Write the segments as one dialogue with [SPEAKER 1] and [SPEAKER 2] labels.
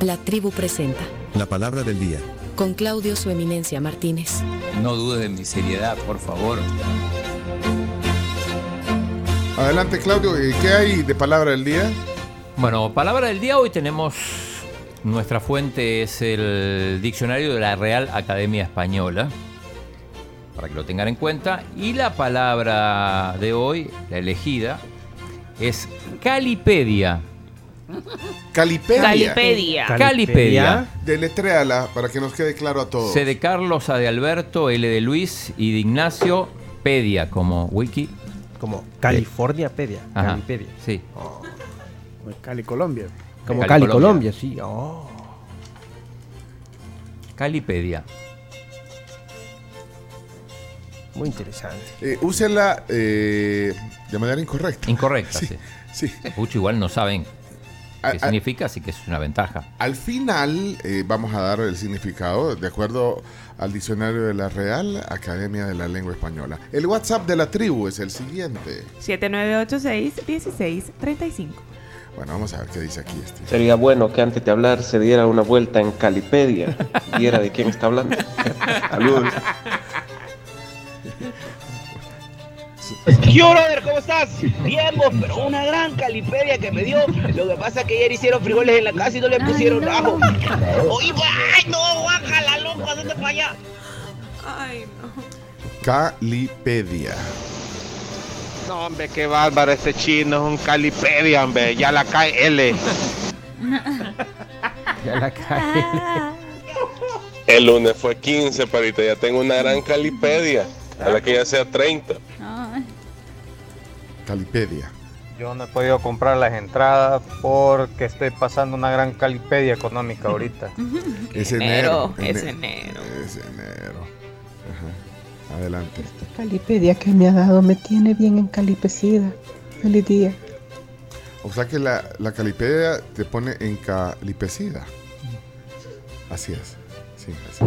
[SPEAKER 1] La tribu presenta.
[SPEAKER 2] La palabra del día.
[SPEAKER 1] Con Claudio Su Eminencia Martínez.
[SPEAKER 3] No dudes de mi seriedad, por favor.
[SPEAKER 4] Adelante, Claudio. ¿Y ¿Qué hay de palabra del día?
[SPEAKER 3] Bueno, palabra del día hoy tenemos. Nuestra fuente es el diccionario de la Real Academia Española, para que lo tengan en cuenta. Y la palabra de hoy, la elegida, es calipedia.
[SPEAKER 4] Calipedia.
[SPEAKER 5] Calipedia.
[SPEAKER 3] Calipedia.
[SPEAKER 4] Deletréala para que nos quede claro a todos.
[SPEAKER 3] C de Carlos, A de Alberto, L de Luis y de Ignacio, pedia como wiki.
[SPEAKER 6] Como California Pedia.
[SPEAKER 3] Ajá,
[SPEAKER 6] Calipedia.
[SPEAKER 3] Sí.
[SPEAKER 7] Como Cali, Colombia.
[SPEAKER 6] Como
[SPEAKER 3] Cali,
[SPEAKER 6] Cali,
[SPEAKER 3] Colombia.
[SPEAKER 6] Colombia, sí. Oh.
[SPEAKER 3] Calipedia.
[SPEAKER 6] Muy interesante.
[SPEAKER 4] Eh, úsela eh, de manera incorrecta.
[SPEAKER 3] Incorrecta, sí.
[SPEAKER 4] Sí. Ah,
[SPEAKER 3] Mucho igual no saben
[SPEAKER 4] A-
[SPEAKER 3] qué
[SPEAKER 4] a-
[SPEAKER 3] significa, así que es una ventaja.
[SPEAKER 4] al final eh, vamos a dar el significado de acuerdo al diccionario de la Real Academia de la Lengua Española. El WhatsApp de la tribu es el siguiente.
[SPEAKER 5] 7986-1635.
[SPEAKER 4] Bueno, vamos a ver qué dice aquí este.
[SPEAKER 8] Sería bueno que antes de hablar se diera una vuelta en Calipedia, viera de quién está hablando. Saludos.
[SPEAKER 9] ¿Qué brother? ¿Cómo estás? Bien, vos, pero una gran calipedia que me dio. Lo que pasa es que ayer hicieron frijoles en la casa y no le pusieron ajo. Oye, pues, ay, no, guácala, loco, ¿dónde para allá?
[SPEAKER 5] Ay, no.
[SPEAKER 4] Calipedia.
[SPEAKER 10] No, hombre, qué bárbaro este chino, es un calipedia, hombre, ya la cae L.
[SPEAKER 6] Ya la cae.
[SPEAKER 11] El lunes fue 15, parita. Ya tengo una gran calipedia. A la que ya sea 30.
[SPEAKER 4] Calipedia.
[SPEAKER 10] Yo no he podido comprar las entradas porque estoy pasando una gran calipedia económica ahorita.
[SPEAKER 4] Es enero.
[SPEAKER 5] es
[SPEAKER 4] Ene-
[SPEAKER 5] enero.
[SPEAKER 4] Es enero. Ajá. Adelante.
[SPEAKER 12] Calipedia que me ha dado me tiene bien encalipecida. Feliz día.
[SPEAKER 4] O sea que la, la calipedia te pone encalipecida. Así es. Sí, así.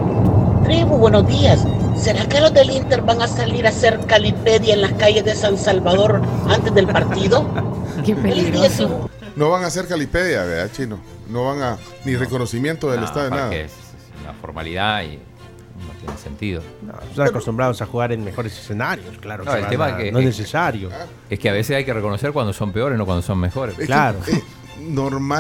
[SPEAKER 9] Tribu, buenos días. ¿Será que los del Inter van a salir a hacer calipedia en las calles de San Salvador antes del partido?
[SPEAKER 1] Qué peligroso.
[SPEAKER 4] No van a hacer calipedia, ¿verdad, chino? No van a. Ni reconocimiento del
[SPEAKER 3] No,
[SPEAKER 4] Estado de
[SPEAKER 3] para
[SPEAKER 4] nada.
[SPEAKER 3] que Es, es una formalidad y no tiene sentido.
[SPEAKER 6] No, están acostumbrados a jugar en mejores escenarios, claro.
[SPEAKER 3] No,
[SPEAKER 6] se
[SPEAKER 3] el
[SPEAKER 6] van
[SPEAKER 3] tema
[SPEAKER 6] a-
[SPEAKER 3] es que-
[SPEAKER 6] no es necesario.
[SPEAKER 13] Ah,
[SPEAKER 3] Es que a veces hay que reconocer cuando son peores, no cuando son mejores.
[SPEAKER 4] Es que,
[SPEAKER 6] Claro.
[SPEAKER 4] eh,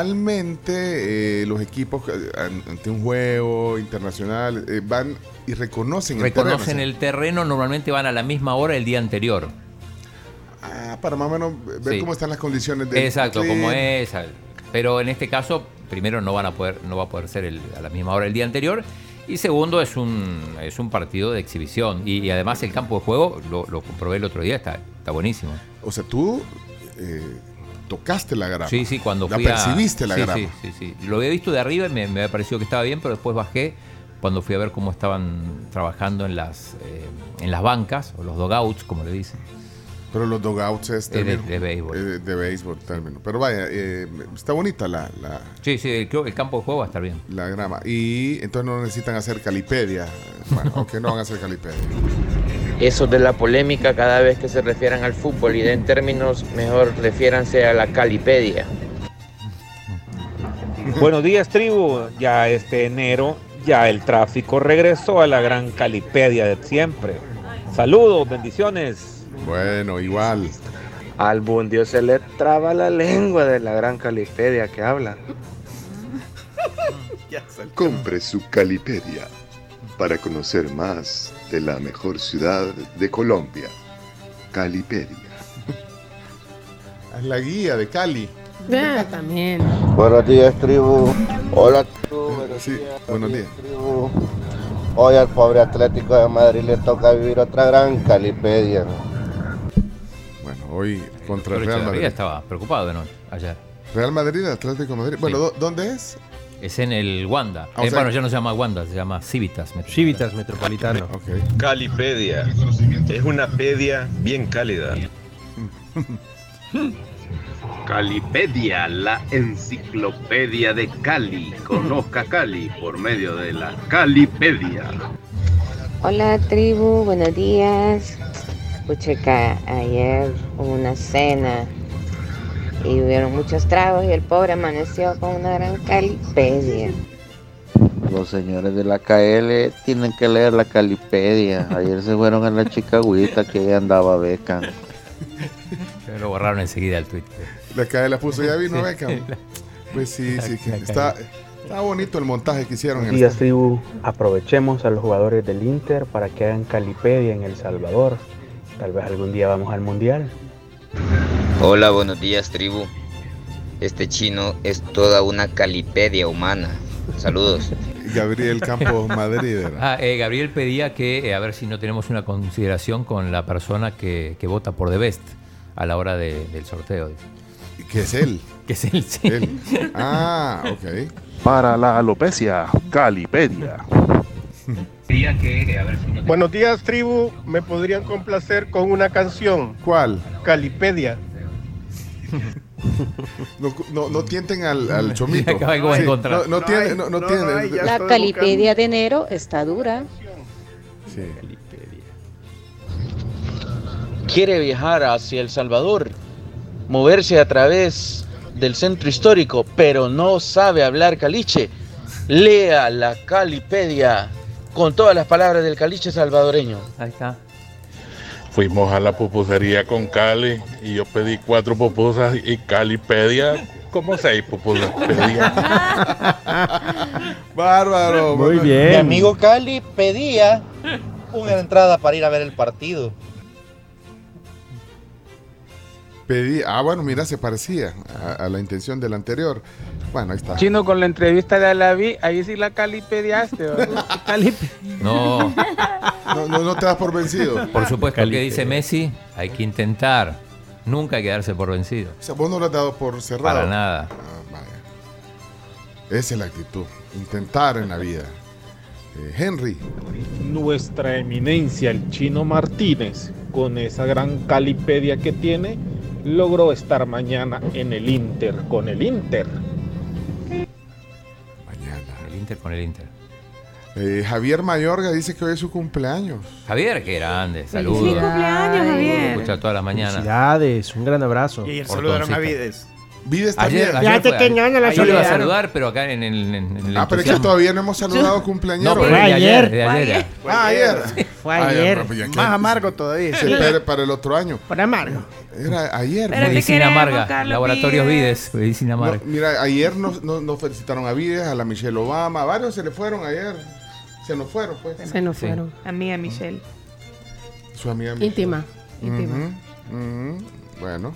[SPEAKER 4] normalmente eh, los equipos eh, an- ante un juego internacional eh, van y reconocen,
[SPEAKER 3] Reconocen
[SPEAKER 4] terreno,
[SPEAKER 3] el terreno, normalmente van a la misma hora el día anterior.
[SPEAKER 4] o sea, ah, para más o menos ver
[SPEAKER 3] Sí.
[SPEAKER 4] cómo están las condiciones del
[SPEAKER 3] Exacto, como
[SPEAKER 4] clima.
[SPEAKER 3] es. al- Pero en este caso, primero no van a poder, no va a poder ser el- a la misma hora el día anterior. Y segundo, es un, es un partido de exhibición. Y, y además el campo de juego, lo, lo comprobé el otro día, está, está buenísimo.
[SPEAKER 4] O sea, tú eh, tocaste la grama.
[SPEAKER 3] Sí, sí, cuando
[SPEAKER 4] La
[SPEAKER 3] fui a-
[SPEAKER 4] percibiste la
[SPEAKER 3] sí,
[SPEAKER 4] grama.
[SPEAKER 3] Sí, sí, sí. Lo había visto de arriba y me, me había parecido que estaba bien, pero después bajé cuando fui a ver cómo estaban trabajando en las, eh, en las bancas, o los dogouts, como le dicen.
[SPEAKER 4] Pero los dogouts es
[SPEAKER 3] Eh, de-
[SPEAKER 4] término.
[SPEAKER 3] de béisbol.
[SPEAKER 4] Eh, de, de béisbol, término. Pero vaya, eh, está bonita la, la,
[SPEAKER 3] Sí, sí, creo que el campo de juego va a estar bien.
[SPEAKER 4] la grama. Y entonces no necesitan hacer calipedia. Bueno, aunque no van a hacer calipedia.
[SPEAKER 8] Eso de la polémica cada vez que se refieran al fútbol y den términos, mejor refiéranse a la Calipedia.
[SPEAKER 10] Buenos días, tribu. Ya este enero, ya el tráfico regresó a la gran calipedia de siempre. Saludos, bendiciones.
[SPEAKER 4] Bueno, igual.
[SPEAKER 8] Al bundio se le traba la lengua de la gran Calipedia que habla.
[SPEAKER 2] Compre su Calipedia para conocer más de la mejor ciudad de Colombia. Calipedia.
[SPEAKER 4] Es la guía de Cali.
[SPEAKER 5] Ah, también.
[SPEAKER 10] Buenos días, tribu. Hola,
[SPEAKER 4] Eh, Sí, Oh, buenos días.
[SPEAKER 10] tribu. Hoy al pobre Atlético de Madrid le toca vivir otra gran calipedia.
[SPEAKER 4] Bueno, hoy contra
[SPEAKER 3] Pero
[SPEAKER 4] el Real
[SPEAKER 3] Echeverría
[SPEAKER 4] Madrid.
[SPEAKER 3] estaba preocupado de noche, ayer.
[SPEAKER 4] Real Madrid, Atlético de Madrid. Bueno, ¿dó- ¿dónde es?
[SPEAKER 3] Es en el Wanda.
[SPEAKER 4] Ah, o
[SPEAKER 3] Eh,
[SPEAKER 4] sea-
[SPEAKER 3] bueno, ya no se llama Wanda, se llama Civitas. Metropolitana.
[SPEAKER 6] Civitas Metropolitano.
[SPEAKER 4] Ok.
[SPEAKER 11] Calipedia. Es una pedia bien cálida.
[SPEAKER 10] Calipedia, la enciclopedia de Cali. Conozca Cali por medio de la Calipedia.
[SPEAKER 12] Hola tribu, buenos días. Pucheca, ayer hubo una cena
[SPEAKER 14] y hubieron muchos tragos y el pobre amaneció con una gran calipedia.
[SPEAKER 13] Los señores de la KL tienen que leer la Calipedia. Ayer se fueron a la chicagüita que ella andaba beca.
[SPEAKER 3] Pero lo borraron enseguida el tweet.
[SPEAKER 4] La que la puso ya vino Beckham.
[SPEAKER 3] La-
[SPEAKER 4] Pues sí, sí. que
[SPEAKER 3] la-
[SPEAKER 4] está, está bonito el montaje que hicieron. en este
[SPEAKER 15] Buenos días, tribu. Aprovechemos a los jugadores del Inter para que hagan calipedia en El Salvador. Tal vez algún día vamos al Mundial.
[SPEAKER 16] Hola, buenos días, tribu. Este chino es toda una calipedia humana. Saludos.
[SPEAKER 4] Gabriel Campos Madrid. ¿verdad?
[SPEAKER 3] Ah, eh, Gabriel pedía que, eh, a ver si no tenemos una consideración con la persona que, que vota por The Best a la hora de- del sorteo.
[SPEAKER 4] Que es él.
[SPEAKER 3] Que es él, sí.
[SPEAKER 4] Él. Ah, ok.
[SPEAKER 17] Para la alopecia, Calipedia.
[SPEAKER 18] Buenos días, tribu. Me podrían complacer con una canción.
[SPEAKER 4] ¿Cuál?
[SPEAKER 18] Calipedia.
[SPEAKER 4] No, no, no tienten al, al chomito.
[SPEAKER 3] Acá algo va a
[SPEAKER 4] Sí,
[SPEAKER 3] encontrar.
[SPEAKER 4] No, no
[SPEAKER 3] No
[SPEAKER 4] tienen,
[SPEAKER 3] hay,
[SPEAKER 4] no, no
[SPEAKER 3] no,
[SPEAKER 4] tienen.
[SPEAKER 3] no hay, ya
[SPEAKER 14] La calipedia de enero está dura.
[SPEAKER 4] Sí.
[SPEAKER 8] quiere viajar hacia El Salvador, moverse a través del centro histórico, pero no sabe hablar caliche, lea la Calipedia con todas las palabras del caliche salvadoreño.
[SPEAKER 3] Ahí está.
[SPEAKER 11] Fuimos a la pupusería con Cali y yo pedí cuatro pupusas y Cali pedía como seis pupusas.
[SPEAKER 4] Bárbaro.
[SPEAKER 11] Muy
[SPEAKER 4] Manuel.
[SPEAKER 11] bien.
[SPEAKER 19] Mi amigo Cali pedía una entrada para ir a ver el partido.
[SPEAKER 4] Pedí, ah, bueno, mira, se parecía a, a la intención del anterior. Bueno, ahí está.
[SPEAKER 20] Chino, con la entrevista de Alaví, ahí sí la calipediaste.
[SPEAKER 3] No.
[SPEAKER 4] No, no, no te das por vencido.
[SPEAKER 3] Por supuesto que dice Messi, hay que intentar. Nunca hay que darse por vencido.
[SPEAKER 4] O sea, vos no lo has dado por cerrado.
[SPEAKER 3] Para nada.
[SPEAKER 4] Ah, Esa es la actitud. Intentar en la vida. Eh, Henry.
[SPEAKER 21] Nuestra eminencia, el chino Martínez, con esa gran calipedia que tiene, logró estar mañana en el Inter, con el Inter.
[SPEAKER 3] El Inter con el Inter.
[SPEAKER 4] Eh, Javier Mayorga dice que hoy es su cumpleaños.
[SPEAKER 3] Javier, que grande. Saludos.
[SPEAKER 6] cumpleaños, Javier.
[SPEAKER 3] Escucha todas las mañanas.
[SPEAKER 6] Felicidades, un gran abrazo.
[SPEAKER 3] Y el saludo a Vides.
[SPEAKER 4] Vides
[SPEAKER 3] Ayer,
[SPEAKER 6] también.
[SPEAKER 3] ayer
[SPEAKER 6] Ya te
[SPEAKER 3] fue-
[SPEAKER 6] tenían a la
[SPEAKER 3] ayer lo iba a
[SPEAKER 6] soledad.
[SPEAKER 3] saludar, pero acá en el. en- en el
[SPEAKER 4] Ah, pero es que
[SPEAKER 3] entusiasmo.
[SPEAKER 4] todavía no hemos saludado
[SPEAKER 3] No,
[SPEAKER 4] cumpleaños.
[SPEAKER 3] pero de ayer. de ayer.
[SPEAKER 4] Ah, ayer.
[SPEAKER 7] Fue ayer.
[SPEAKER 4] Ah, ya, ya,
[SPEAKER 7] Más
[SPEAKER 4] ya.
[SPEAKER 7] amargo todavía.
[SPEAKER 4] Se espere para el otro año.
[SPEAKER 7] Para amargo.
[SPEAKER 4] Era ayer.
[SPEAKER 7] Pero te
[SPEAKER 3] Medicina
[SPEAKER 7] queremos,
[SPEAKER 3] amarga.
[SPEAKER 7] Carlos
[SPEAKER 3] Laboratorios
[SPEAKER 4] Vides.
[SPEAKER 3] Vides. Medicina
[SPEAKER 4] No,
[SPEAKER 3] amarga.
[SPEAKER 4] mira, ayer nos, nos- nos felicitaron a Vides, a la Michelle Obama, varios se le fueron ayer. Se nos fueron, pues.
[SPEAKER 5] Se nos
[SPEAKER 4] Sí.
[SPEAKER 5] fueron. A mí, a Michelle.
[SPEAKER 4] Su amiga Michelle.
[SPEAKER 5] Íntima. Íntima.
[SPEAKER 4] Ujú, ujú. Bueno.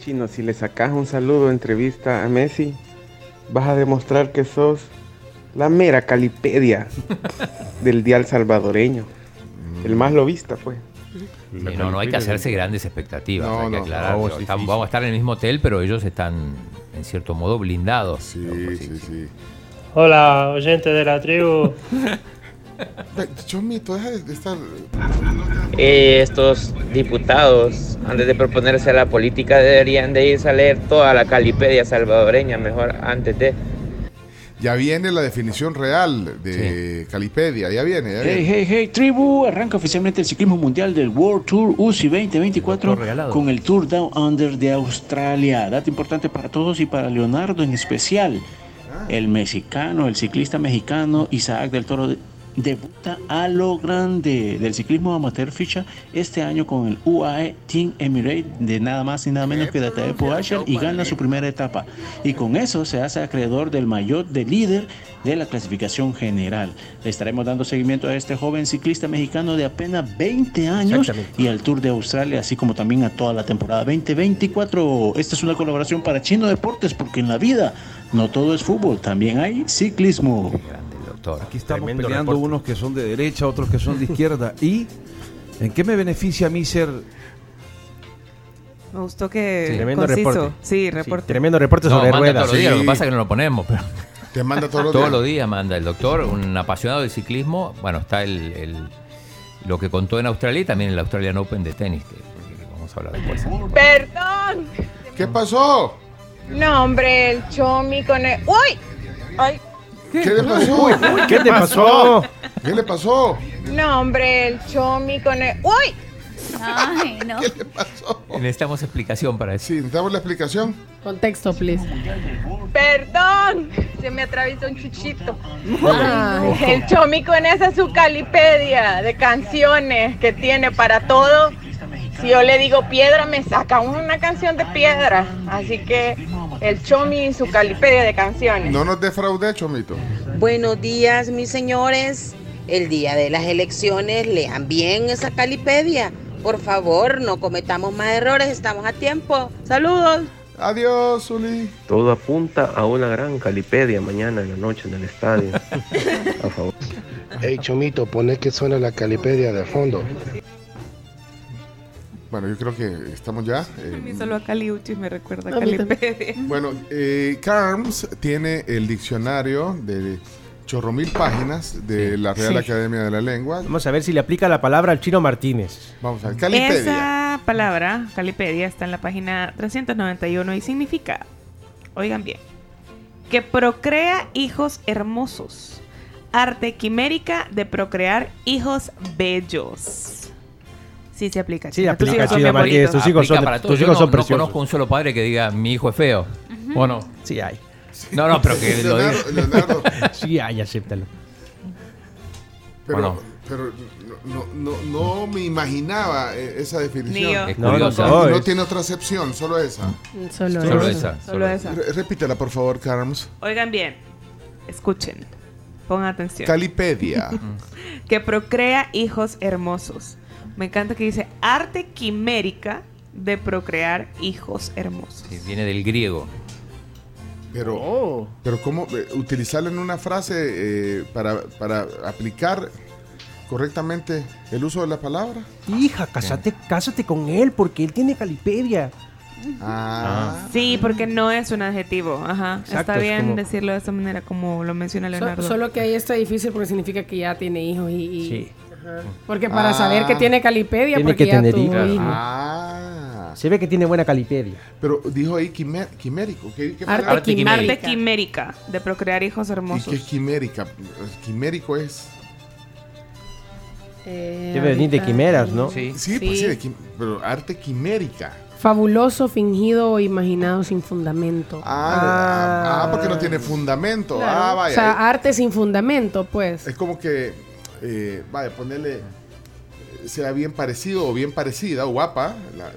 [SPEAKER 22] Chino, si le sacas un saludo, entrevista a Messi, vas a demostrar que sos la mera calipedia del dial salvadoreño. El más lobista, pues.
[SPEAKER 3] Sí, no, no hay que hacerse grandes expectativas,
[SPEAKER 22] No,
[SPEAKER 3] hay que
[SPEAKER 22] no,
[SPEAKER 3] aclarar.
[SPEAKER 22] no,
[SPEAKER 3] Estamos-
[SPEAKER 22] es
[SPEAKER 3] vamos, a estar en el mismo hotel, pero ellos están, en cierto modo, blindados. pues,
[SPEAKER 4] Sí, sí, sí.
[SPEAKER 23] Hola, oyente de la tribu.
[SPEAKER 4] Ve, Chomito, deja de estar.
[SPEAKER 8] Eh, estos diputados, antes de proponerse a la política, deberían de irse a leer toda la Calipedia salvadoreña, mejor antes de...
[SPEAKER 4] Ya viene la definición real de Calipedia, ya viene, ya
[SPEAKER 24] Hey,
[SPEAKER 4] viene.
[SPEAKER 24] hey, hey, tribu, arranca oficialmente el ciclismo mundial del World Tour UCI 2024 con el Tour Down Under de Australia. Dato importante para todos y para Leonardo en especial. El mexicano, el ciclista mexicano Isaac del Toro de- debuta a lo grande del ciclismo amateur ficha este año con el UAE Team Emirates de nada más y nada menos que de Tadej Pogacar y gana su primera etapa. Y con eso se hace acreedor del maillot de líder de la clasificación general. Le estaremos dando seguimiento a este joven ciclista mexicano de apenas 20 años y al Tour de Australia, así como también a toda la temporada 2024. Esta es una colaboración para Chino Deportes porque en la vida no todo es fútbol, también hay ciclismo.
[SPEAKER 25] Aquí estamos
[SPEAKER 24] Tremendo
[SPEAKER 25] peleando
[SPEAKER 24] reporte.
[SPEAKER 25] unos que son de derecha, otros que son de izquierda. ¿Y en qué me beneficia a mí ser
[SPEAKER 26] Me gustó que.
[SPEAKER 25] Sí.
[SPEAKER 26] Tremendo
[SPEAKER 25] Tremendo
[SPEAKER 26] conciso.
[SPEAKER 25] reporte.
[SPEAKER 26] Sí, reporte.
[SPEAKER 6] Tremendo reporte sobre
[SPEAKER 3] manda
[SPEAKER 6] ruedas.
[SPEAKER 3] Todos los días,
[SPEAKER 6] Sí.
[SPEAKER 3] Lo que pasa es que no lo ponemos. Pero
[SPEAKER 4] Te manda todos los días.
[SPEAKER 3] manda el doctor, un apasionado del ciclismo. Bueno, está el, el- lo que contó en Australia y también el Australian Open de tenis, que, que vamos a hablar después.
[SPEAKER 27] Perdón.
[SPEAKER 4] ¿Qué pasó?
[SPEAKER 27] No, hombre, el chomi con el. ¡Uy! ¡Ay!
[SPEAKER 4] ¿Qué le pasó?
[SPEAKER 27] Uy,
[SPEAKER 6] uy, ¿qué te pasó?
[SPEAKER 4] ¿Qué le pasó?
[SPEAKER 27] No, hombre, el chomi con el. ¡Uy!
[SPEAKER 1] Ay, no.
[SPEAKER 3] Necesitamos explicación para eso.
[SPEAKER 4] Sí, necesitamos la explicación.
[SPEAKER 1] Contexto, please.
[SPEAKER 27] Perdón, se me atravesó un chuchito.
[SPEAKER 1] Ay.
[SPEAKER 27] El Chomi con esa su calipedia de canciones que tiene para todo. Si yo le digo piedra, me saca una canción de piedra. Así que el Chomi y su calipedia de canciones.
[SPEAKER 4] No nos defraude, Chomito.
[SPEAKER 2] Buenos días, mis señores. El día de las elecciones, lean bien esa calipedia. Por favor, no cometamos más errores, estamos a tiempo. Saludos.
[SPEAKER 4] Adiós, Uli.
[SPEAKER 9] Todo apunta a una gran calipedia mañana en la noche en el estadio. A favor.
[SPEAKER 10] Hey Chomito, poné que suena la calipedia de fondo.
[SPEAKER 4] Bueno, yo creo que estamos ya. eh,
[SPEAKER 5] A mí solo a Caliuchis me recuerda a
[SPEAKER 4] A mí
[SPEAKER 5] Calipedia.
[SPEAKER 4] Bueno, eh, Carms tiene el diccionario de chorro mil páginas de la Real
[SPEAKER 6] Sí.
[SPEAKER 4] Academia de la Lengua.
[SPEAKER 6] Vamos a ver si le aplica la palabra al chino Martínez.
[SPEAKER 4] Vamos a ver.
[SPEAKER 5] Esa palabra, Calipedia, está en la página 391 y significa, oigan bien, que procrea hijos hermosos. Arte quimérica de procrear hijos bellos. Sí se aplica.
[SPEAKER 6] Sí,
[SPEAKER 5] chica, tus
[SPEAKER 6] aplica,
[SPEAKER 5] hijos son
[SPEAKER 6] chica,
[SPEAKER 5] bien
[SPEAKER 6] Martí,
[SPEAKER 5] bonitos.
[SPEAKER 6] tus hijos
[SPEAKER 3] Aplica
[SPEAKER 6] son de-
[SPEAKER 3] para todo.
[SPEAKER 6] tus
[SPEAKER 3] Yo
[SPEAKER 6] hijos
[SPEAKER 3] no,
[SPEAKER 6] son
[SPEAKER 3] no
[SPEAKER 6] preciosos.
[SPEAKER 3] conozco un solo padre que diga, mi hijo es feo. ¿O no?
[SPEAKER 6] Sí hay.
[SPEAKER 3] No, no, pero que lo diga.
[SPEAKER 6] sí hay, acéptalo.
[SPEAKER 4] Pero,
[SPEAKER 3] ¿O no?
[SPEAKER 4] pero no, no- no me imaginaba eh, esa definición.
[SPEAKER 5] Ni yo.
[SPEAKER 3] Es
[SPEAKER 4] No,
[SPEAKER 3] curiosa.
[SPEAKER 4] no, no
[SPEAKER 3] es-
[SPEAKER 4] tiene otra acepción, solo esa.
[SPEAKER 1] Solo
[SPEAKER 3] Solo esa. esa,
[SPEAKER 5] solo esa.
[SPEAKER 4] Re- Repítela, por favor, Carms.
[SPEAKER 5] Oigan bien, escuchen, pongan atención.
[SPEAKER 4] Calipedia.
[SPEAKER 3] Mm.
[SPEAKER 5] que procrea hijos hermosos. Me encanta que dice arte quimérica de procrear hijos hermosos.
[SPEAKER 3] Sí, Viene del griego.
[SPEAKER 4] Pero,
[SPEAKER 5] Oh.
[SPEAKER 4] pero ¿cómo eh, utilizarla en una frase eh, para, para aplicar correctamente el uso de la palabra?
[SPEAKER 6] Hija, cásate, cásate con él porque él tiene calipedia.
[SPEAKER 4] Ah.
[SPEAKER 5] Sí, porque no es un adjetivo. Ajá.
[SPEAKER 6] Exacto,
[SPEAKER 5] Está
[SPEAKER 6] es
[SPEAKER 5] bien
[SPEAKER 6] como-
[SPEAKER 5] decirlo de esa manera como lo menciona
[SPEAKER 1] So-
[SPEAKER 5] Leonardo.
[SPEAKER 1] solo que ahí está difícil porque significa que ya tiene hijos y... y-
[SPEAKER 6] Sí.
[SPEAKER 1] Ajá. Porque para
[SPEAKER 4] Ah.
[SPEAKER 1] saber que tiene calipedia,
[SPEAKER 6] Tiene
[SPEAKER 1] porque
[SPEAKER 6] que
[SPEAKER 1] ya
[SPEAKER 6] tener
[SPEAKER 1] tuvo
[SPEAKER 6] hijos.
[SPEAKER 1] hijos.
[SPEAKER 4] Ah.
[SPEAKER 6] Se ve que tiene buena calipedia.
[SPEAKER 4] Pero dijo ahí quimé- quimérico. ¿Qué, qué
[SPEAKER 5] Arte,
[SPEAKER 4] palabra?
[SPEAKER 5] quimérica. Arte quimérica de procrear
[SPEAKER 4] ¿Y
[SPEAKER 5] hijos
[SPEAKER 4] qué es
[SPEAKER 5] hermosos.
[SPEAKER 4] quimérica? Quimérico es.
[SPEAKER 1] eh,
[SPEAKER 6] Debe venir de quimeras, ¿no?
[SPEAKER 4] Sí, pues
[SPEAKER 1] Sí.
[SPEAKER 4] sí, de quim- pero arte quimérica.
[SPEAKER 1] Fabuloso, fingido o imaginado sin fundamento.
[SPEAKER 4] Ah, ah, porque no tiene fundamento.
[SPEAKER 1] Claro.
[SPEAKER 4] Ah, vaya.
[SPEAKER 1] O sea, arte sin fundamento, pues.
[SPEAKER 4] es como que, eh, vaya, ponerle, eh, sea bien parecido o bien parecida o guapa. la-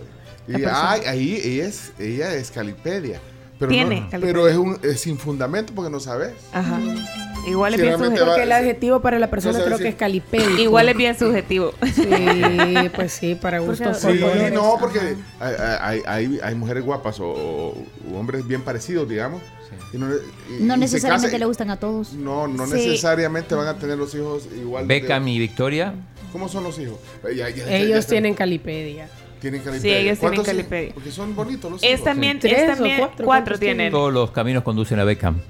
[SPEAKER 1] La
[SPEAKER 4] y,
[SPEAKER 1] persona.
[SPEAKER 4] ay, ahí ella es, ella es calipedia. Pero
[SPEAKER 5] Tiene
[SPEAKER 4] no-
[SPEAKER 5] calipedia.
[SPEAKER 4] Pero es, un, es sin fundamento porque no sabes.
[SPEAKER 5] Ajá. Igual es bien
[SPEAKER 4] Sinceramente,
[SPEAKER 5] subjetivo.
[SPEAKER 4] va-
[SPEAKER 1] Porque el adjetivo para la persona
[SPEAKER 4] sabes
[SPEAKER 1] creo
[SPEAKER 4] si-
[SPEAKER 1] que es calipedia.
[SPEAKER 5] Igual es bien subjetivo.
[SPEAKER 1] Sí, pues sí, para gustos.
[SPEAKER 4] Sí,
[SPEAKER 1] colores.
[SPEAKER 4] no, porque hay, hay- hay- hay mujeres guapas o, o- o hombres bien parecidos, digamos. y no, y-
[SPEAKER 12] No
[SPEAKER 4] y se
[SPEAKER 12] necesariamente
[SPEAKER 4] casan-
[SPEAKER 12] le gustan a todos.
[SPEAKER 4] No, no
[SPEAKER 12] Sí.
[SPEAKER 4] necesariamente van a tener los hijos igual. de-
[SPEAKER 3] Beckham y Victoria.
[SPEAKER 4] ¿Cómo son los hijos? Eh, ya- ya- ya- ya
[SPEAKER 1] Ellos
[SPEAKER 4] se-
[SPEAKER 1] tienen calipedia.
[SPEAKER 4] tienen
[SPEAKER 5] Sí,
[SPEAKER 4] calipedia.
[SPEAKER 5] ellos tienen
[SPEAKER 4] ¿Cuántos hijos?
[SPEAKER 5] calipedia.
[SPEAKER 4] Porque son bonitos los
[SPEAKER 5] Es
[SPEAKER 4] hijos.
[SPEAKER 5] también,
[SPEAKER 1] Sí.
[SPEAKER 5] es
[SPEAKER 1] Tres o
[SPEAKER 5] también
[SPEAKER 1] cuatro,
[SPEAKER 5] cuatro,
[SPEAKER 1] ¿cuántos
[SPEAKER 5] tienen.
[SPEAKER 3] Todos los caminos conducen a Beckham.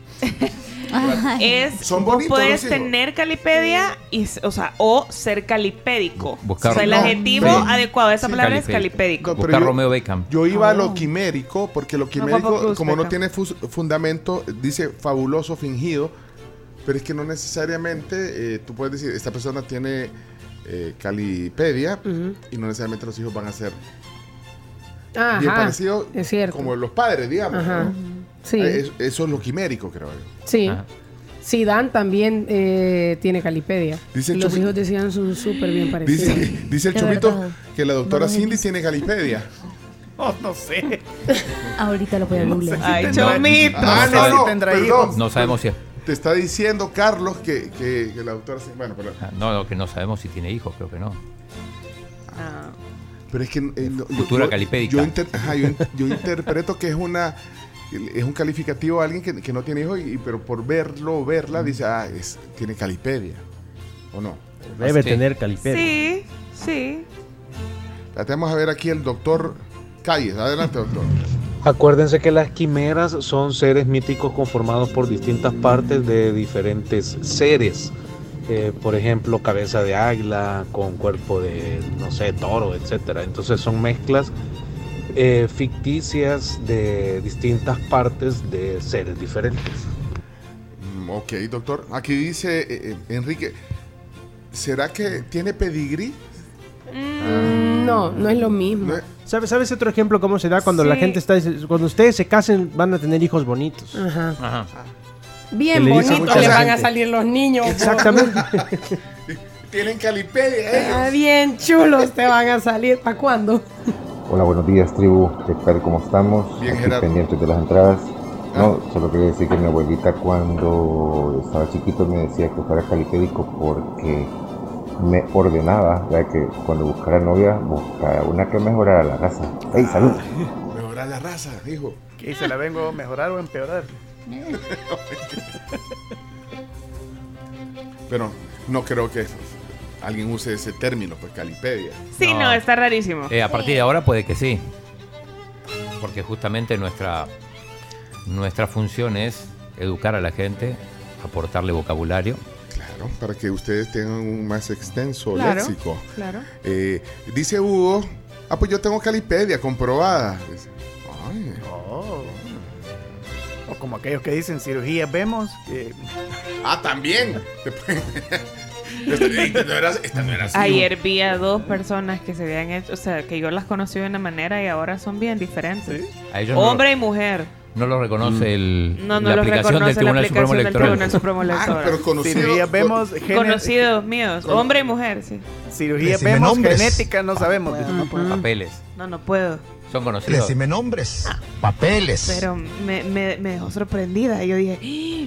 [SPEAKER 5] Es
[SPEAKER 4] Son
[SPEAKER 5] vos
[SPEAKER 4] bonitos
[SPEAKER 5] podés
[SPEAKER 4] los hijos.
[SPEAKER 5] tener calipedia y, s- o sea, o ser calipédico.
[SPEAKER 3] Buscar-
[SPEAKER 5] o sea, el
[SPEAKER 3] No,
[SPEAKER 5] adjetivo
[SPEAKER 3] sí.
[SPEAKER 5] adecuado a esa
[SPEAKER 3] Sí.
[SPEAKER 5] palabra es
[SPEAKER 3] Calipédico.
[SPEAKER 5] calipédico.
[SPEAKER 4] pero
[SPEAKER 3] Buscar
[SPEAKER 4] yo-
[SPEAKER 3] Romeo Beckham.
[SPEAKER 4] Yo iba a
[SPEAKER 1] Ah.
[SPEAKER 4] lo quimérico, porque lo quimérico,
[SPEAKER 5] Cruz,
[SPEAKER 4] como no
[SPEAKER 5] Beckham.
[SPEAKER 4] tiene fus- fundamento, dice fabuloso, fingido, pero es que no necesariamente eh, tú puedes decir, esta persona tiene eh, calipedia y no necesariamente los hijos van a ser bien
[SPEAKER 1] Ajá.
[SPEAKER 4] parecidos
[SPEAKER 1] Es cierto.
[SPEAKER 4] como los padres, digamos.
[SPEAKER 1] Ajá.
[SPEAKER 4] ¿no?
[SPEAKER 1] Sí.
[SPEAKER 4] Eh, ah. es- eso es lo quimérico, creo eh. yo.
[SPEAKER 1] Sí.
[SPEAKER 3] Ah,
[SPEAKER 4] Ajá.
[SPEAKER 1] Zidane también eh, tiene calipedia.
[SPEAKER 4] Dice
[SPEAKER 1] Los
[SPEAKER 4] Chupi-
[SPEAKER 1] hijos de Zidane son súper bien parecidos.
[SPEAKER 4] Dice, dice el
[SPEAKER 1] De
[SPEAKER 4] chupito
[SPEAKER 1] verdad.
[SPEAKER 4] que la doctora
[SPEAKER 1] No lo he
[SPEAKER 4] Cindy tiene calipedia.
[SPEAKER 7] Oh, no sé.
[SPEAKER 12] Ahorita lo voy a googlear.
[SPEAKER 7] Ay,
[SPEAKER 4] tendrá-
[SPEAKER 7] Chomito,
[SPEAKER 4] Ah,
[SPEAKER 7] no sé
[SPEAKER 4] no,
[SPEAKER 7] si
[SPEAKER 4] no,
[SPEAKER 7] tendrá
[SPEAKER 4] perdón.
[SPEAKER 7] hijos.
[SPEAKER 3] No sabemos si es.
[SPEAKER 4] Te está diciendo Carlos que, que- que la doctora Cindy. Bueno, pero,
[SPEAKER 3] Ah, No, no, que no sabemos si tiene hijos, creo que no.
[SPEAKER 4] pero es que. eh, no, yo-
[SPEAKER 3] Futura
[SPEAKER 4] yo-
[SPEAKER 3] calipédica.
[SPEAKER 4] Yo, inter- ajá, yo in- yo interpreto que es una. Es un calificativo a alguien que, que no tiene hijos, y, pero por verlo o verla dice, ah, es, tiene calipedia. ¿O no?
[SPEAKER 6] Debe
[SPEAKER 4] Sí.
[SPEAKER 6] tener calipedia.
[SPEAKER 5] Sí, sí.
[SPEAKER 4] Tratemos a ver aquí el doctor Calles. Adelante, doctor.
[SPEAKER 21] Acuérdense que las quimeras son seres míticos conformados por distintas partes de diferentes seres. Eh, por ejemplo, cabeza de águila con cuerpo de, no sé, toro, etcétera. Entonces son mezclas eh, ficticias de distintas partes de seres diferentes.
[SPEAKER 4] Mm, Ok, doctor. Aquí dice eh, eh, Enrique, ¿será que tiene pedigrí?
[SPEAKER 5] Mm,
[SPEAKER 28] No, no es lo mismo.
[SPEAKER 6] ¿Sabes, ¿Sabes otro ejemplo cómo se da cuando la
[SPEAKER 28] Sí.
[SPEAKER 6] gente está... Cuando ustedes se casen van a tener hijos bonitos.
[SPEAKER 5] Ah.
[SPEAKER 28] Ajá.
[SPEAKER 3] Ajá.
[SPEAKER 28] Bien
[SPEAKER 6] Que le dice a
[SPEAKER 28] bonito
[SPEAKER 6] mucha
[SPEAKER 28] le van a
[SPEAKER 6] gente.
[SPEAKER 28] salir los niños.
[SPEAKER 6] Exactamente.
[SPEAKER 4] Tienen calipedia, ¿eh?
[SPEAKER 28] Ah, bien chulos te van a salir. ¿Para cuándo?
[SPEAKER 8] Hola, buenos días, tribu. ¿Qué tal? ¿Cómo estamos?
[SPEAKER 4] Bien,
[SPEAKER 8] Aquí
[SPEAKER 4] Gerardo. Ah.
[SPEAKER 8] pendientes de las entradas. No, solo quería decir que mi abuelita cuando estaba chiquito me decía que fuera calipédico porque me ordenaba, ya que cuando buscara novia, buscara una que mejorara la raza. ¡Ey, salud!
[SPEAKER 4] Mejorar la raza, hijo.
[SPEAKER 29] ¿Qué se la vengo a mejorar o a empeorar?
[SPEAKER 4] Pero no creo que alguien use ese término, pues calipedia.
[SPEAKER 5] Sí, no, está rarísimo.
[SPEAKER 3] Eh, a partir de ahora puede que sí. Porque justamente nuestra, nuestra función es educar a la gente, aportarle vocabulario.
[SPEAKER 4] Claro, para que ustedes tengan un más extenso
[SPEAKER 5] Claro,
[SPEAKER 4] léxico.
[SPEAKER 5] claro.
[SPEAKER 4] Eh, dice Hugo, ah, pues yo tengo calipedia comprobada. Dice, Ay,
[SPEAKER 29] Oh. O como aquellos que dicen cirugía vemos. eh, que-
[SPEAKER 4] Ah, también. Esta, esta no era, esta no era así.
[SPEAKER 5] Ayer vi a dos personas que se habían hecho, o sea, que yo las conocí de una manera y ahora son bien diferentes.
[SPEAKER 3] A ellos no
[SPEAKER 5] Hombre
[SPEAKER 3] lo-
[SPEAKER 5] y mujer.
[SPEAKER 3] No lo reconoce el,
[SPEAKER 5] No, no
[SPEAKER 3] la
[SPEAKER 5] lo
[SPEAKER 3] aplicación
[SPEAKER 5] reconoce
[SPEAKER 3] del
[SPEAKER 5] la
[SPEAKER 3] Tribunal Supremo
[SPEAKER 5] aplicación del
[SPEAKER 3] Electoral.
[SPEAKER 5] Tribunal Supremo Electoral.
[SPEAKER 29] Cirugía vemos. gene-
[SPEAKER 5] Conocidos míos,
[SPEAKER 29] Con-
[SPEAKER 5] hombre y mujer, sí.
[SPEAKER 29] Cirugía
[SPEAKER 5] Decime
[SPEAKER 29] vemos
[SPEAKER 5] nombres.
[SPEAKER 29] genética, no sabemos.
[SPEAKER 3] Papeles.
[SPEAKER 5] No, no puedo.
[SPEAKER 3] Son conocidos.
[SPEAKER 29] Decime
[SPEAKER 3] nombres.
[SPEAKER 5] Pero me, me- me dejó sorprendida. Yo dije,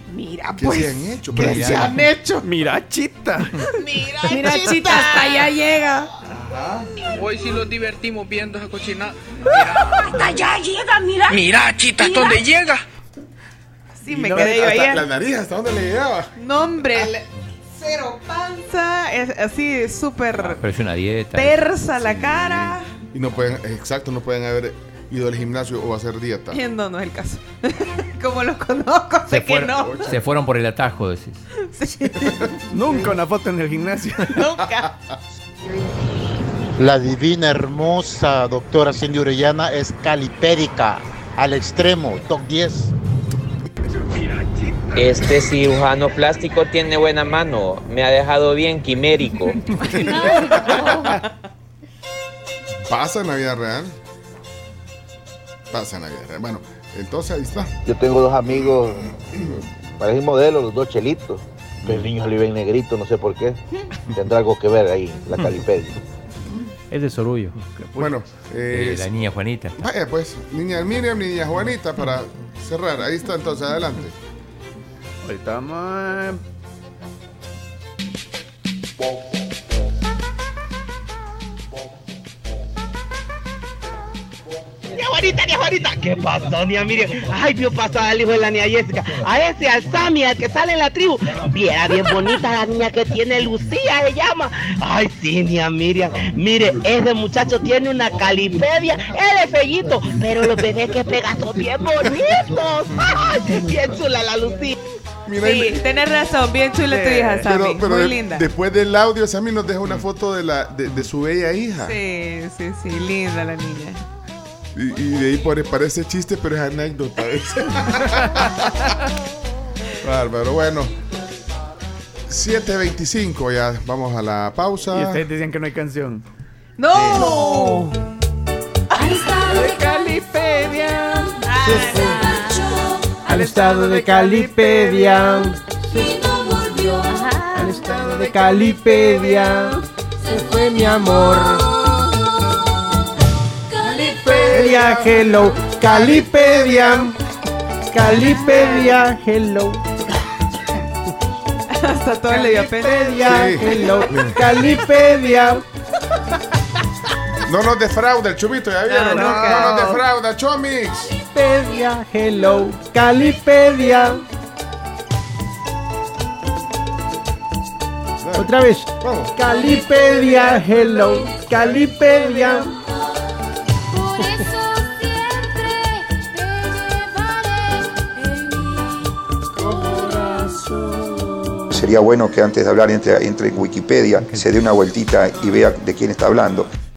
[SPEAKER 5] "Ah, mira,
[SPEAKER 4] ¿Qué
[SPEAKER 5] pues.
[SPEAKER 4] se han hecho?
[SPEAKER 5] ¿qué
[SPEAKER 4] Pero
[SPEAKER 5] se
[SPEAKER 4] ya-
[SPEAKER 5] han hecho?
[SPEAKER 29] Mira, chita.
[SPEAKER 5] Mira,
[SPEAKER 28] chita, hasta allá llega.
[SPEAKER 30] Hoy sí los divertimos viendo esa cochinada.
[SPEAKER 28] Hasta allá llega, mira.
[SPEAKER 30] Mira, chita, ¿hasta dónde llega?
[SPEAKER 5] Sí, me
[SPEAKER 30] no,
[SPEAKER 5] quedé yo
[SPEAKER 30] hasta
[SPEAKER 5] ayer.
[SPEAKER 30] la nariz,
[SPEAKER 4] ¿hasta dónde le llegaba?
[SPEAKER 5] No, hombre. le- Cero panza, es así súper
[SPEAKER 3] Ah, Pero es una dieta.
[SPEAKER 5] tersa la cara.
[SPEAKER 4] Y no pueden, exacto, no pueden haber ido al gimnasio o hacer dieta.
[SPEAKER 5] No, no es el caso. Como los conozco,
[SPEAKER 3] Se
[SPEAKER 5] sé que
[SPEAKER 3] fueron,
[SPEAKER 5] no.
[SPEAKER 3] se fueron por el atajo, decís.
[SPEAKER 29] Nunca una foto en el gimnasio.
[SPEAKER 5] Nunca.
[SPEAKER 31] La divina, hermosa doctora Cindy Orellana es calipérica al extremo, top 10.
[SPEAKER 32] Este cirujano plástico tiene buena mano. Me ha dejado bien quimérico.
[SPEAKER 4] Pasa en la vida real. Pasa en la vida real. Bueno, entonces ahí está.
[SPEAKER 33] Yo tengo dos amigos, parecen modelos, los dos chelitos.
[SPEAKER 31] Mm.
[SPEAKER 33] Que el niño se le ven negrito, no sé por qué. Tendrá algo que ver ahí, la calipedia.
[SPEAKER 6] Es de Sorullo.
[SPEAKER 4] Bueno, eh,
[SPEAKER 3] Eh, la niña Juanita.
[SPEAKER 4] vaya pues, niña Miriam, niña Juanita, para cerrar. Ahí está, entonces, adelante.
[SPEAKER 29] Ahorita vamos.
[SPEAKER 24] Ni ahorita, ni ahorita. ¿Qué pasó, ni Miriam? Ay, vio pasar al hijo de la niña Jessica. A ese, al Sammy, al que sale en la tribu. Viera bien bonita la niña que tiene Lucía, se llama. Ay, sí, niña Miriam. Mire, ese muchacho tiene una calipedia. Él es fellito, pero los bebés que pega son bien bonitos. Ay, bien chula la Lucía.
[SPEAKER 5] Sí, tenés razón, bien chula tu hija, Sammy. Muy
[SPEAKER 4] de-
[SPEAKER 5] linda.
[SPEAKER 4] después del audio, Sammy nos deja una foto de, la, de, de su bella hija.
[SPEAKER 5] Sí, sí, sí, linda la niña.
[SPEAKER 4] Y, y de ahí pare- parece chiste, pero es anécdota. Bárbaro, bueno. 7.25 ya, vamos a la pausa.
[SPEAKER 29] Y
[SPEAKER 24] este-
[SPEAKER 29] ustedes dicen que no hay canción.
[SPEAKER 5] ¡No!
[SPEAKER 29] Al estado de Calipedia.
[SPEAKER 6] Al estado de Calipedia.
[SPEAKER 31] Al
[SPEAKER 6] estado de Calipedia. Se fue mi amor. Calipedia, hello. Calipedia. Calipedia, hello.
[SPEAKER 5] Hasta todo le dio pena.
[SPEAKER 6] Calipedia,
[SPEAKER 4] Sí.
[SPEAKER 6] hello. Calipedia.
[SPEAKER 4] No nos defrauda el chubito, ya vieron. No,
[SPEAKER 6] nunca.
[SPEAKER 4] no nos defrauda, Chomix.
[SPEAKER 6] Calipedia, hello. Calipedia. Otra vez.
[SPEAKER 4] Vamos.
[SPEAKER 6] Calipedia, hello. Calipedia.
[SPEAKER 34] Sería bueno que antes de hablar entre, entre en Wikipedia, se dé una vueltita y vea de quién está hablando.